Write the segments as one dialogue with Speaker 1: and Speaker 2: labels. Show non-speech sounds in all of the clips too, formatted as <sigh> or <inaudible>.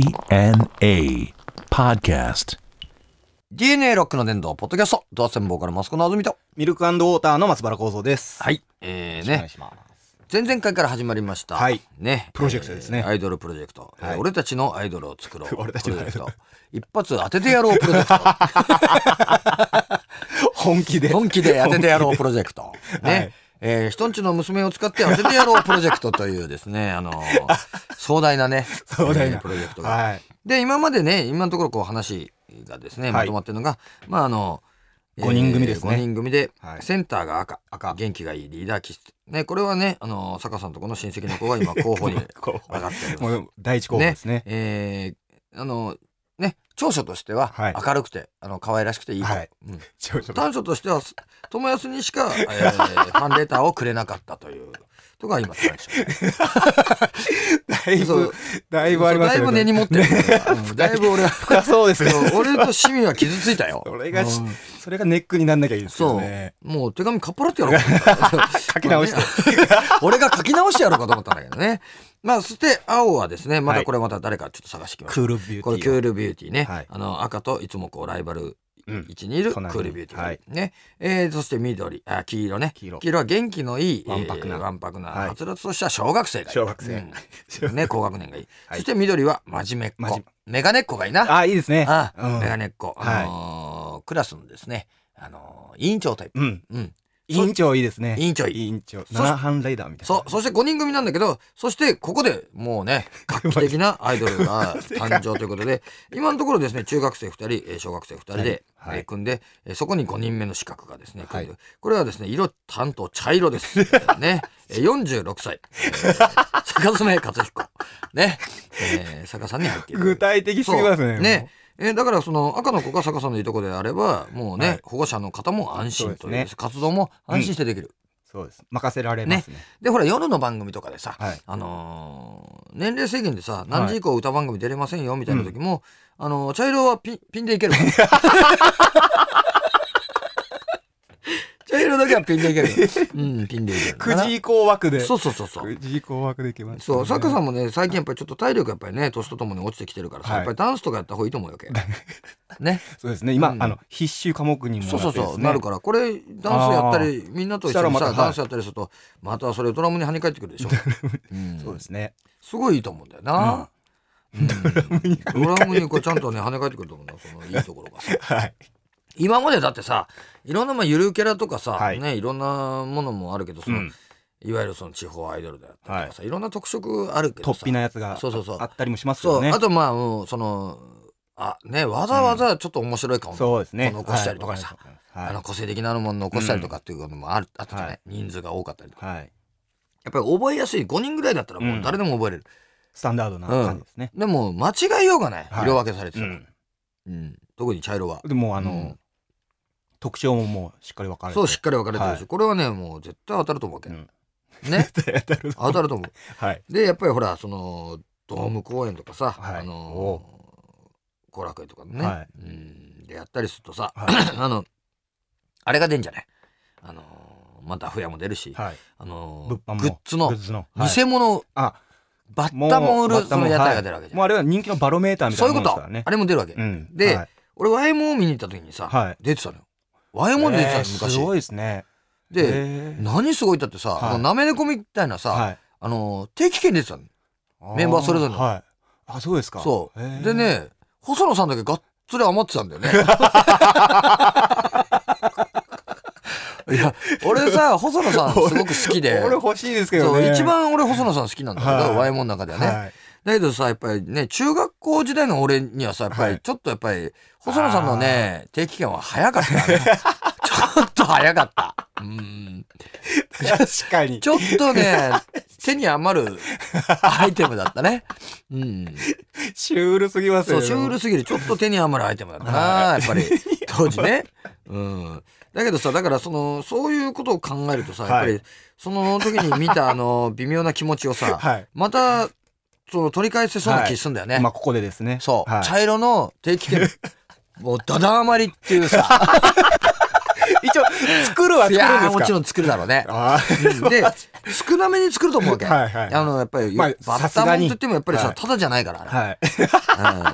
Speaker 1: DNA Podcast.
Speaker 2: DNA ロックの伝道、ポッドキャスト、ドアセンボーカルマスコのあずみと。
Speaker 3: ミルクウォーターの松原幸三です。
Speaker 2: はい。えー、
Speaker 3: お願い
Speaker 2: ね、
Speaker 3: します。
Speaker 2: 前々回から始まりました。
Speaker 3: はい
Speaker 2: ね。
Speaker 3: プロジェクトですね
Speaker 2: えーアイドルプロジェクト。えー
Speaker 3: はい
Speaker 2: 俺たちのアイドルを作ろう。
Speaker 3: <laughs> 俺たちのアイドル
Speaker 2: プロジェクト。一発当ててやろうプロジ
Speaker 3: <laughs>
Speaker 2: ェクト。
Speaker 3: 本気で。
Speaker 2: 本気で当ててやろうプロジェクト。ね。
Speaker 3: はい
Speaker 2: えー人んちの娘を使って当ててやろうプロジェクトというですね、あの
Speaker 3: <laughs>
Speaker 2: ー壮大なね、
Speaker 3: 壮大な
Speaker 2: えープロジェクトが
Speaker 3: はい。
Speaker 2: で今までね今のところこう話がですね
Speaker 3: い
Speaker 2: まとまってるのが、まああの
Speaker 3: 五人組ですね
Speaker 2: 5人組で、
Speaker 3: はい
Speaker 2: センターが赤
Speaker 3: 赤
Speaker 2: 元気がいいリーダー気質ねこれはねあの坂さんとこの親戚の子が
Speaker 3: <laughs>
Speaker 2: 今候補に
Speaker 3: 候補
Speaker 2: 上がってる
Speaker 3: もう第一候補ですね。
Speaker 2: えーあのね長所としては
Speaker 3: はい
Speaker 2: 明るくて、あの可愛らしくていいと、
Speaker 3: はい
Speaker 2: うん
Speaker 3: ちょちょ
Speaker 2: 短所としてはす友康にしか、えーファンレターをくれなかったというとこが今短所
Speaker 3: だい
Speaker 2: そ
Speaker 3: ぶ
Speaker 2: う、
Speaker 3: だいぶあります
Speaker 2: だい
Speaker 3: よ
Speaker 2: ぶ根
Speaker 3: <laughs>
Speaker 2: に持ってる、うんだいぶ俺は
Speaker 3: 深そうですね。
Speaker 2: そう俺と市民は傷ついたよ。
Speaker 3: それがし
Speaker 2: うん、
Speaker 3: それがネックになんなきゃいいです
Speaker 2: そ
Speaker 3: よ
Speaker 2: う、
Speaker 3: ね。
Speaker 2: もう手紙かっぱらってやろうかと思った
Speaker 3: <laughs> 書き直して
Speaker 2: まあね <laughs> 俺が書き直してやろうかと思ったんだけどね。まあ、そして青はですね、まだこれまた誰かちょっと探してきました。
Speaker 3: クールビューティー。
Speaker 2: これクールビューティーね。
Speaker 3: はい
Speaker 2: あの赤といつもこうライバル
Speaker 3: うん
Speaker 2: 位置にいるク
Speaker 3: 隣に
Speaker 2: ールビューティー、
Speaker 3: はい
Speaker 2: ね、えーそして緑あ黄色ね
Speaker 3: 黄色
Speaker 2: は元気のいい
Speaker 3: わんぱくな
Speaker 2: えーわんぱくな、
Speaker 3: はい
Speaker 2: はつらつとした小学生がいい
Speaker 3: 小学生。
Speaker 2: うんね高学年がいい、
Speaker 3: はい
Speaker 2: そして緑は真面目っ
Speaker 3: 真
Speaker 2: 子
Speaker 3: 面
Speaker 2: メガネっ子がいいな
Speaker 3: あ、いいですね。
Speaker 2: あ
Speaker 3: うん
Speaker 2: メガネっ子、あのークラスのですね、あのー委員長タイプ。
Speaker 3: うん。
Speaker 2: うん。
Speaker 3: 委員長いいですね。
Speaker 2: 委員長いい
Speaker 3: 委員
Speaker 2: そ
Speaker 3: 長。七班ライダーみたいな。
Speaker 2: そそして5人組なんだけどそしてここでもう
Speaker 3: <laughs>
Speaker 2: ね画期的なアイドルが誕生ということで今のところですね中学生2人えー小学生2人で、
Speaker 3: はいはい
Speaker 2: えー組んでえーそこに5人目の資格がですね、
Speaker 3: はい
Speaker 2: 組んでこれはですね色担当茶色です
Speaker 3: <laughs>
Speaker 2: ねえー46歳、えー坂爪克彦ね、えー坂さんに入っている
Speaker 3: 具体的す
Speaker 2: そ
Speaker 3: ぎ
Speaker 2: う
Speaker 3: ますね。
Speaker 2: ね。えーだからその赤の子が坂さんのいとこであればもうね、
Speaker 3: はい
Speaker 2: 保護者の方も安心という
Speaker 3: そうです
Speaker 2: 活動も安心してできる、
Speaker 3: そうです。任せられますね。
Speaker 2: でほら夜の番組とかでさ、
Speaker 3: はい。
Speaker 2: あのー年齢制限でさ何時以降歌番組出れませんよみたいな時も、あのー茶色はピンピンでいけ
Speaker 3: <laughs>
Speaker 2: るから茶色だけはピンでいける
Speaker 3: <laughs>
Speaker 2: うんピンでいける
Speaker 3: 9時以降枠で。
Speaker 2: そうそうそうそう
Speaker 3: 9時以降枠でいけますね。
Speaker 2: そう、サッカーさんもね、最近やっぱりちょっと体力やっぱりね、年とともに落ちてきてるからさ、
Speaker 3: はい
Speaker 2: やっぱりダンスとかやった方がいいと思
Speaker 3: <laughs>
Speaker 2: うわけ。ね。
Speaker 3: そうですね。今、
Speaker 2: うん
Speaker 3: あの必修科目にもな
Speaker 2: そ
Speaker 3: っ
Speaker 2: うそ
Speaker 3: て
Speaker 2: う
Speaker 3: ですね。
Speaker 2: そう、なるから、これ、ダンスやったり、みんなと一緒に
Speaker 3: したら
Speaker 2: さ、
Speaker 3: またはい
Speaker 2: ダンスやったりすると、またそれドラムに跳ね返ってくるで
Speaker 3: <laughs>
Speaker 2: しょ。うん
Speaker 3: そうですね。
Speaker 2: すごいいいと思うんだよな。うんドラムにこれちゃんとね跳ね返ってくると思うんだそのいいところがさ
Speaker 3: はい。
Speaker 2: 今までだってさいろんなまあゆるキャラとかさ、
Speaker 3: はい
Speaker 2: ね、いろんなものもあるけどそうの、
Speaker 3: ん。
Speaker 2: いわゆるその地方アイドルだったりとかさ、い、ろんな特色あるけど
Speaker 3: 突
Speaker 2: さ
Speaker 3: 飛なやつが
Speaker 2: そうそうそう
Speaker 3: あったりもします
Speaker 2: そ
Speaker 3: よ
Speaker 2: う、
Speaker 3: ね。
Speaker 2: あとまあもうそのあねわざわざちょっと面白い顔、
Speaker 3: そうですね。
Speaker 2: 残したりとかさ、
Speaker 3: はい。
Speaker 2: あの
Speaker 3: わか
Speaker 2: 個性的なものを残したりとかっていうのもある、あったじゃない、
Speaker 3: はい
Speaker 2: 人数が多かったりとか
Speaker 3: りますはい。
Speaker 2: やっぱり覚えやすい5人ぐらいだったらもう誰でも覚えれる、
Speaker 3: スタンダードな感じですね。
Speaker 2: でも間違いようがない
Speaker 3: はい
Speaker 2: 色分けされて
Speaker 3: う
Speaker 2: たら、
Speaker 3: ん。
Speaker 2: うん特に茶色は
Speaker 3: でも、あの、
Speaker 2: うん
Speaker 3: 特徴ももうしっかり分かれて。
Speaker 2: そうしっかり分かれてるでしょ、
Speaker 3: はい
Speaker 2: これはねもう絶対当たると思うわけ、
Speaker 3: うん
Speaker 2: ね
Speaker 3: <laughs> り当たる。
Speaker 2: 当たると思う <laughs>
Speaker 3: はい。
Speaker 2: でやっぱりほらそのドーム公演とかさ、
Speaker 3: はい
Speaker 2: あの
Speaker 3: お
Speaker 2: 後楽園とかね、
Speaker 3: は
Speaker 2: うんでやったりするとさ、
Speaker 3: は
Speaker 2: <clears throat> あのあれが出んじゃないあのまたフヤも出るし、
Speaker 3: はい。
Speaker 2: あの
Speaker 3: 物販も。
Speaker 2: グッズの
Speaker 3: グッズの。はい
Speaker 2: 偽物を、
Speaker 3: あ、
Speaker 2: バッタモン売
Speaker 3: もう
Speaker 2: るその屋台が出るわけじゃん、
Speaker 3: もうあれは人気のバロメーターみた
Speaker 2: そう
Speaker 3: い
Speaker 2: い
Speaker 3: な
Speaker 2: う
Speaker 3: も
Speaker 2: こ
Speaker 3: ん
Speaker 2: と
Speaker 3: ですか
Speaker 2: あ
Speaker 3: らね。
Speaker 2: れも出るわけ、
Speaker 3: うん。
Speaker 2: で
Speaker 3: はい
Speaker 2: 俺 YMO 見に行った時にさ、
Speaker 3: はい
Speaker 2: 出てたのよ YMO に出てたの
Speaker 3: えー
Speaker 2: 昔、
Speaker 3: すごいですね。
Speaker 2: で、
Speaker 3: えー
Speaker 2: 何すごいったってさ、
Speaker 3: はい
Speaker 2: あのなめ猫みたいなさ、
Speaker 3: はい。
Speaker 2: あの定期券出てたのメンバーそれぞれの
Speaker 3: はい。あ、そうですか。
Speaker 2: そう、
Speaker 3: へー
Speaker 2: で。ね細野さんだけがっつり余ってたんだよ
Speaker 3: <laughs>
Speaker 2: ねいや俺さ細野さんすごく好きで
Speaker 3: 俺欲しいですけど
Speaker 2: そう
Speaker 3: ね。
Speaker 2: 一番俺細野さん好きなんだけど、
Speaker 3: は
Speaker 2: YMO の中ではね、
Speaker 3: はい。
Speaker 2: だけどさやっぱりね中学校時代の俺にはさやっぱ
Speaker 3: は
Speaker 2: り
Speaker 3: い
Speaker 2: ちょっとやっぱり細野さんのね定期券は早か
Speaker 3: <laughs>
Speaker 2: ったねちょっと早かったうん
Speaker 3: 確かに。
Speaker 2: ちょっと
Speaker 3: <laughs>
Speaker 2: ね手に余るアイテムだったねうん
Speaker 3: シュールすぎます
Speaker 2: <laughs> そ
Speaker 3: よ
Speaker 2: う
Speaker 3: ね。
Speaker 2: シュールすぎるちょっと手に余るアイテ
Speaker 3: <laughs>
Speaker 2: ムだったなやっぱり当時ねうんだけどさだからそのそういうことを考えるとさやっぱり、
Speaker 3: は
Speaker 2: その時に見たあの <laughs> 微妙な気持ちをさ、
Speaker 3: はい。
Speaker 2: またその取り返せそうな気すんだよね、
Speaker 3: まあここでですね。
Speaker 2: そう、
Speaker 3: は
Speaker 2: <laughs>
Speaker 3: い
Speaker 2: 茶色の定期券もうダダ余りっていうさ
Speaker 3: <laughs> 一応、作るはい
Speaker 2: や
Speaker 3: 作るんで
Speaker 2: ー
Speaker 3: すか
Speaker 2: もちろん作るだろうね。
Speaker 3: あ
Speaker 2: うんで、少なめに作ると思うわけ。
Speaker 3: <laughs> はいはい
Speaker 2: あの、やっぱり、
Speaker 3: まあ
Speaker 2: バ
Speaker 3: さ
Speaker 2: ッ
Speaker 3: す
Speaker 2: タモン
Speaker 3: が
Speaker 2: と
Speaker 3: に
Speaker 2: いってもやっぱりさ、
Speaker 3: はい
Speaker 2: ただじゃないから、あれ
Speaker 3: あ。は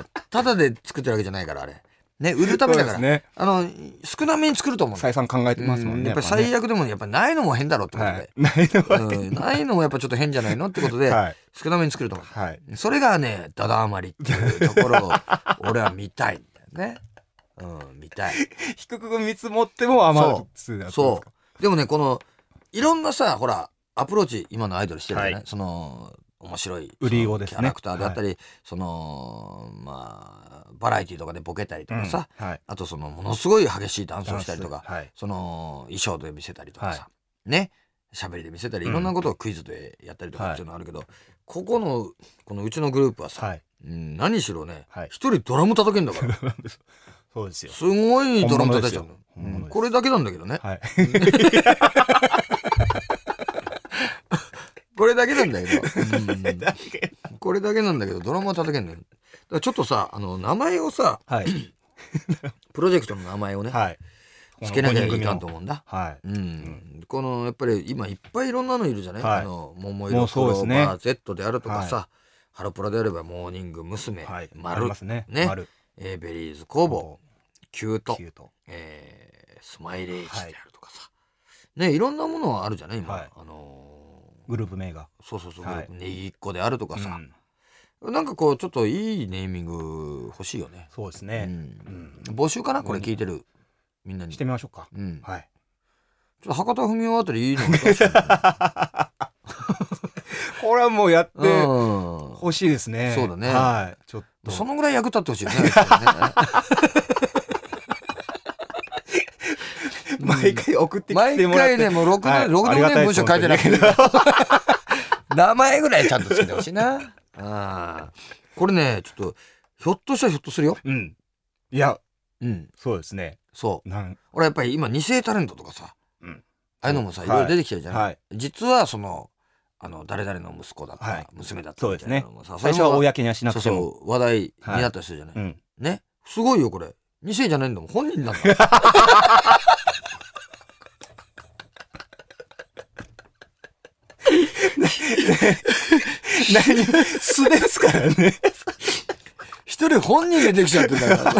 Speaker 2: う
Speaker 3: い。
Speaker 2: んただで作ってるわけじゃないから、あれ。ね、売るためだから。
Speaker 3: そうですね
Speaker 2: あの、少なめに作ると思うの
Speaker 3: 再三考えてますも
Speaker 2: うんん
Speaker 3: ね。
Speaker 2: やっぱり
Speaker 3: ね
Speaker 2: 最悪でも、やっぱりないのも変だろうってこと
Speaker 3: はい
Speaker 2: で。。
Speaker 3: ない <laughs>
Speaker 2: う
Speaker 3: のは
Speaker 2: んないのもやっぱちょっと変じゃないのってことで、
Speaker 3: はい
Speaker 2: 少なめに作ると思う。
Speaker 3: はい。
Speaker 2: それがね、ダダ余りっていうところを、俺は見たいんだよね。うん、見たい。
Speaker 3: 低く見積もっても余る
Speaker 2: そ
Speaker 3: 数だったんですか。
Speaker 2: そう。でもね、この、いろんなさ、ほら、アプローチ、今のアイドルしてるよね。
Speaker 3: はい
Speaker 2: その、面白い。
Speaker 3: 売りを
Speaker 2: その
Speaker 3: ですね
Speaker 2: キャラクターであったり、その、まあ、バラエティとかでボケたりとかさ、
Speaker 3: うんはい。
Speaker 2: あとその、ものすごい激しいダンスをしたりとか、
Speaker 3: はい。
Speaker 2: その、衣装で見せたりとかさ、
Speaker 3: は
Speaker 2: ね、喋りで見せたり、いろんなことをクイズでやったりとかっていうのあるけど、ここの、このうちのグループはさ、
Speaker 3: はい。
Speaker 2: うん何しろね、一、
Speaker 3: はい
Speaker 2: 人ドラム叩けんだから。
Speaker 3: そう <laughs> ですよ。
Speaker 2: すごいドラム叩いちゃうの
Speaker 3: 本物ですよ本物です
Speaker 2: これだけなんだけどね。
Speaker 3: はい。
Speaker 2: これだけなんだ
Speaker 3: <laughs>
Speaker 2: けど。うんこれだけなんだけど、ドラマは叩けんのよ。だからちょっとさ、あの、名前をさ、
Speaker 3: はい。
Speaker 2: プロジェクトの名前をね、
Speaker 3: はい。
Speaker 2: つけなきゃいかんと思うんだ。
Speaker 3: はい。
Speaker 2: うん。この、やっぱり今いっぱいいろんなのいるじゃない、
Speaker 3: はい
Speaker 2: あの、桃
Speaker 3: も
Speaker 2: 色
Speaker 3: う
Speaker 2: ク
Speaker 3: そうで
Speaker 2: ロ
Speaker 3: す
Speaker 2: ー
Speaker 3: ね
Speaker 2: バー Z であるとかさ、ハロプロであればモーニング娘。
Speaker 3: はい。
Speaker 2: マ
Speaker 3: あり
Speaker 2: ル
Speaker 3: ますね。
Speaker 2: ね
Speaker 3: 丸。
Speaker 2: えーベリーズ工房、キュート
Speaker 3: キ、ュート。
Speaker 2: えースマイレージであるとかさ、ね、いろんなものはあるじゃない今、
Speaker 3: はい
Speaker 2: あのー
Speaker 3: グループ名が。
Speaker 2: そうそうそう、
Speaker 3: はい
Speaker 2: ネギっ子であるとかさ、
Speaker 3: うん
Speaker 2: なんかこうちょっといいネーミング欲しいよね。
Speaker 3: そうで
Speaker 2: う
Speaker 3: すね。
Speaker 2: ん、
Speaker 3: うん
Speaker 2: 募集かなこれ聞いてるみんなに。
Speaker 3: してみましょうか。
Speaker 2: うん、ちょっ
Speaker 3: はい。
Speaker 2: と博多文雄あたりいいの
Speaker 3: <laughs>
Speaker 2: 出してる
Speaker 3: これはもうやって
Speaker 2: うん
Speaker 3: 欲しいですね。
Speaker 2: そうだね
Speaker 3: はい。ちょっと。
Speaker 2: そのぐらい役立ってほ <laughs> しいよね。やっぱりね
Speaker 3: <laughs> 毎回送ってきて
Speaker 2: 毎
Speaker 3: もらって。
Speaker 2: 回ね、もうろくな
Speaker 3: はい
Speaker 2: ろくでもね
Speaker 3: ありがたいで
Speaker 2: 文
Speaker 3: す
Speaker 2: 章書いてなくて
Speaker 3: 本当
Speaker 2: <laughs>
Speaker 3: に
Speaker 2: 名前ぐらいちゃんとつけてほしいな。 <laughs> あーこれねちょっとひょっとしたらひょっとするよ。
Speaker 3: うん。いや、
Speaker 2: うん
Speaker 3: そうですね。
Speaker 2: そう
Speaker 3: なん
Speaker 2: 俺やっぱり今二世タレントとかさ、
Speaker 3: うん
Speaker 2: ああいうのもさ、
Speaker 3: はい
Speaker 2: いろいろ出てきてるじゃない、
Speaker 3: はい
Speaker 2: 実はそのあの誰々の息子だった、
Speaker 3: はい
Speaker 2: 娘だった
Speaker 3: そう
Speaker 2: み
Speaker 3: で
Speaker 2: た
Speaker 3: す
Speaker 2: いな
Speaker 3: ね
Speaker 2: のもさ。
Speaker 3: 最初は公にはしな
Speaker 2: そう
Speaker 3: くても。
Speaker 2: そう話題になった人じゃない、
Speaker 3: うん。 <laughs>
Speaker 2: ねすごいよこれ二世じゃないんだもん本人なんだもん
Speaker 3: 何素ですからね。
Speaker 2: <laughs> 一人本人でできちゃってんだから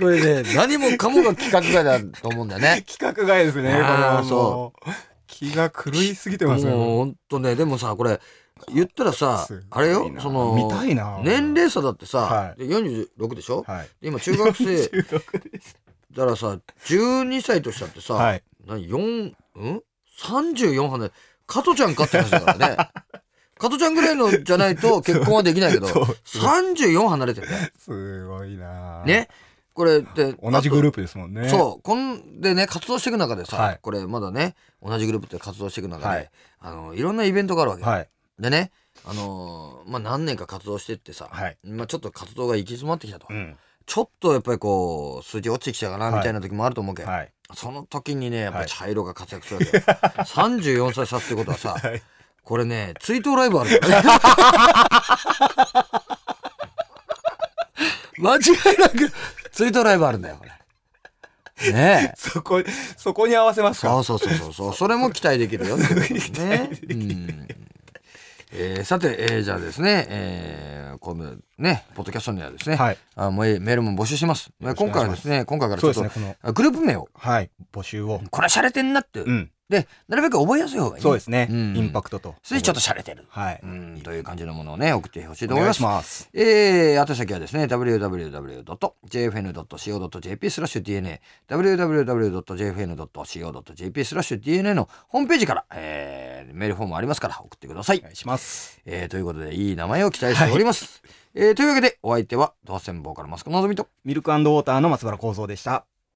Speaker 2: これね何もかもが企画外だと思うんだよね
Speaker 3: 企画外ですね。これ
Speaker 2: あー
Speaker 3: はもう。気が狂いすぎてますね。
Speaker 2: もうほんとねでもさこれ言ったらさ
Speaker 3: すごいな
Speaker 2: あれよその
Speaker 3: 見たいな
Speaker 2: 年齢差だってさ、
Speaker 3: はい
Speaker 2: で46でしょ、
Speaker 3: はい。
Speaker 2: 今中学生
Speaker 3: 中毒です。
Speaker 2: だからさ12歳としたってさ、
Speaker 3: <laughs> はい。
Speaker 2: 何4ん34離れ加トちゃんかって話だからね
Speaker 3: <laughs>
Speaker 2: 加トちゃんぐらいのじゃないと結婚はできないけど
Speaker 3: <laughs> そう
Speaker 2: 34離れてるね
Speaker 3: すごいな。。
Speaker 2: ねこれで
Speaker 3: 同じグ
Speaker 2: ー
Speaker 3: ループですもんね。
Speaker 2: そうこんでね活動していく中でさ、
Speaker 3: はい
Speaker 2: これまだね同じグループって活動していく中で、
Speaker 3: はい
Speaker 2: い、あのいろんなイベントがあるわけ、
Speaker 3: はい。
Speaker 2: でねあのーまあ何年か活動してってさ、
Speaker 3: はい
Speaker 2: まあ、ちょっと活動が行き詰まってきたと、
Speaker 3: うん。
Speaker 2: ちょっとやっぱりこう数字落ちてきたかなみたいな時もあると思うけど、
Speaker 3: はい。
Speaker 2: その時にねやっぱ
Speaker 3: はい
Speaker 2: 茶色が活躍するわけよ、34歳差
Speaker 3: <laughs>
Speaker 2: ってことはさ
Speaker 3: はい。
Speaker 2: これね追悼ライブ
Speaker 3: <laughs>
Speaker 2: あるからね間違いなく追悼ライブあるんだよこれねえ
Speaker 3: そこ、そこに合わせますか。
Speaker 2: そうそうそうそうそうそれも期待できるよってこと
Speaker 3: <laughs>
Speaker 2: ですね、うんえーさて、えーじゃあですね、えーこのねポッドキャストにはですね、
Speaker 3: はい。
Speaker 2: あもうえメールも募集します。
Speaker 3: よろしくお
Speaker 2: 今
Speaker 3: 願いし
Speaker 2: 回はで
Speaker 3: ます
Speaker 2: すね、今回からち
Speaker 3: そ
Speaker 2: ょ
Speaker 3: う
Speaker 2: っ
Speaker 3: です
Speaker 2: と、
Speaker 3: ね。この。
Speaker 2: あグループ名を、
Speaker 3: はい。募集を。
Speaker 2: これは洒落てんなって、
Speaker 3: うん。
Speaker 2: で、なるべく覚えやすい方がいい、
Speaker 3: そうですね。
Speaker 2: うん
Speaker 3: インパクトと。
Speaker 2: それでちょっと洒落てる。
Speaker 3: はい。
Speaker 2: うん、という感じのものをね、送ってほしいと
Speaker 3: お
Speaker 2: 思いま
Speaker 3: 願い
Speaker 2: す。
Speaker 3: します。
Speaker 2: えー、後先はですね、www.jfn.co.jp スラッシュ DNA、www.jfn.co.jp スラッシュ DNA のホームページから、えーメールフォームありますから送ってください
Speaker 3: お。願いします。
Speaker 2: えーということで、いい名前を期待しております。えーというわけで、お相手は、当選坊からマスコのぞみと、
Speaker 3: ミルクウォーターの松原幸三でした。